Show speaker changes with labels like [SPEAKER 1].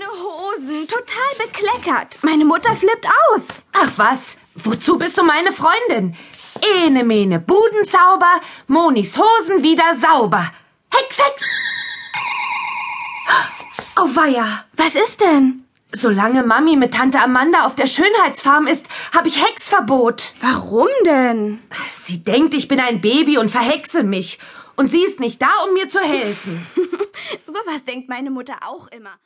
[SPEAKER 1] Hosen, total bekleckert. Meine Mutter flippt aus.
[SPEAKER 2] Ach was, wozu bist du meine Freundin? Ene mene Budenzauber, Monis Hosen wieder sauber. Hex, hex! Auweia!
[SPEAKER 1] Was ist denn?
[SPEAKER 2] Solange Mami mit Tante Amanda auf der Schönheitsfarm ist, habe ich Hexverbot.
[SPEAKER 1] Warum denn?
[SPEAKER 2] Sie denkt, ich bin ein Baby und verhexe mich. Und sie ist nicht da, um mir zu helfen.
[SPEAKER 1] Sowas denkt meine Mutter auch immer.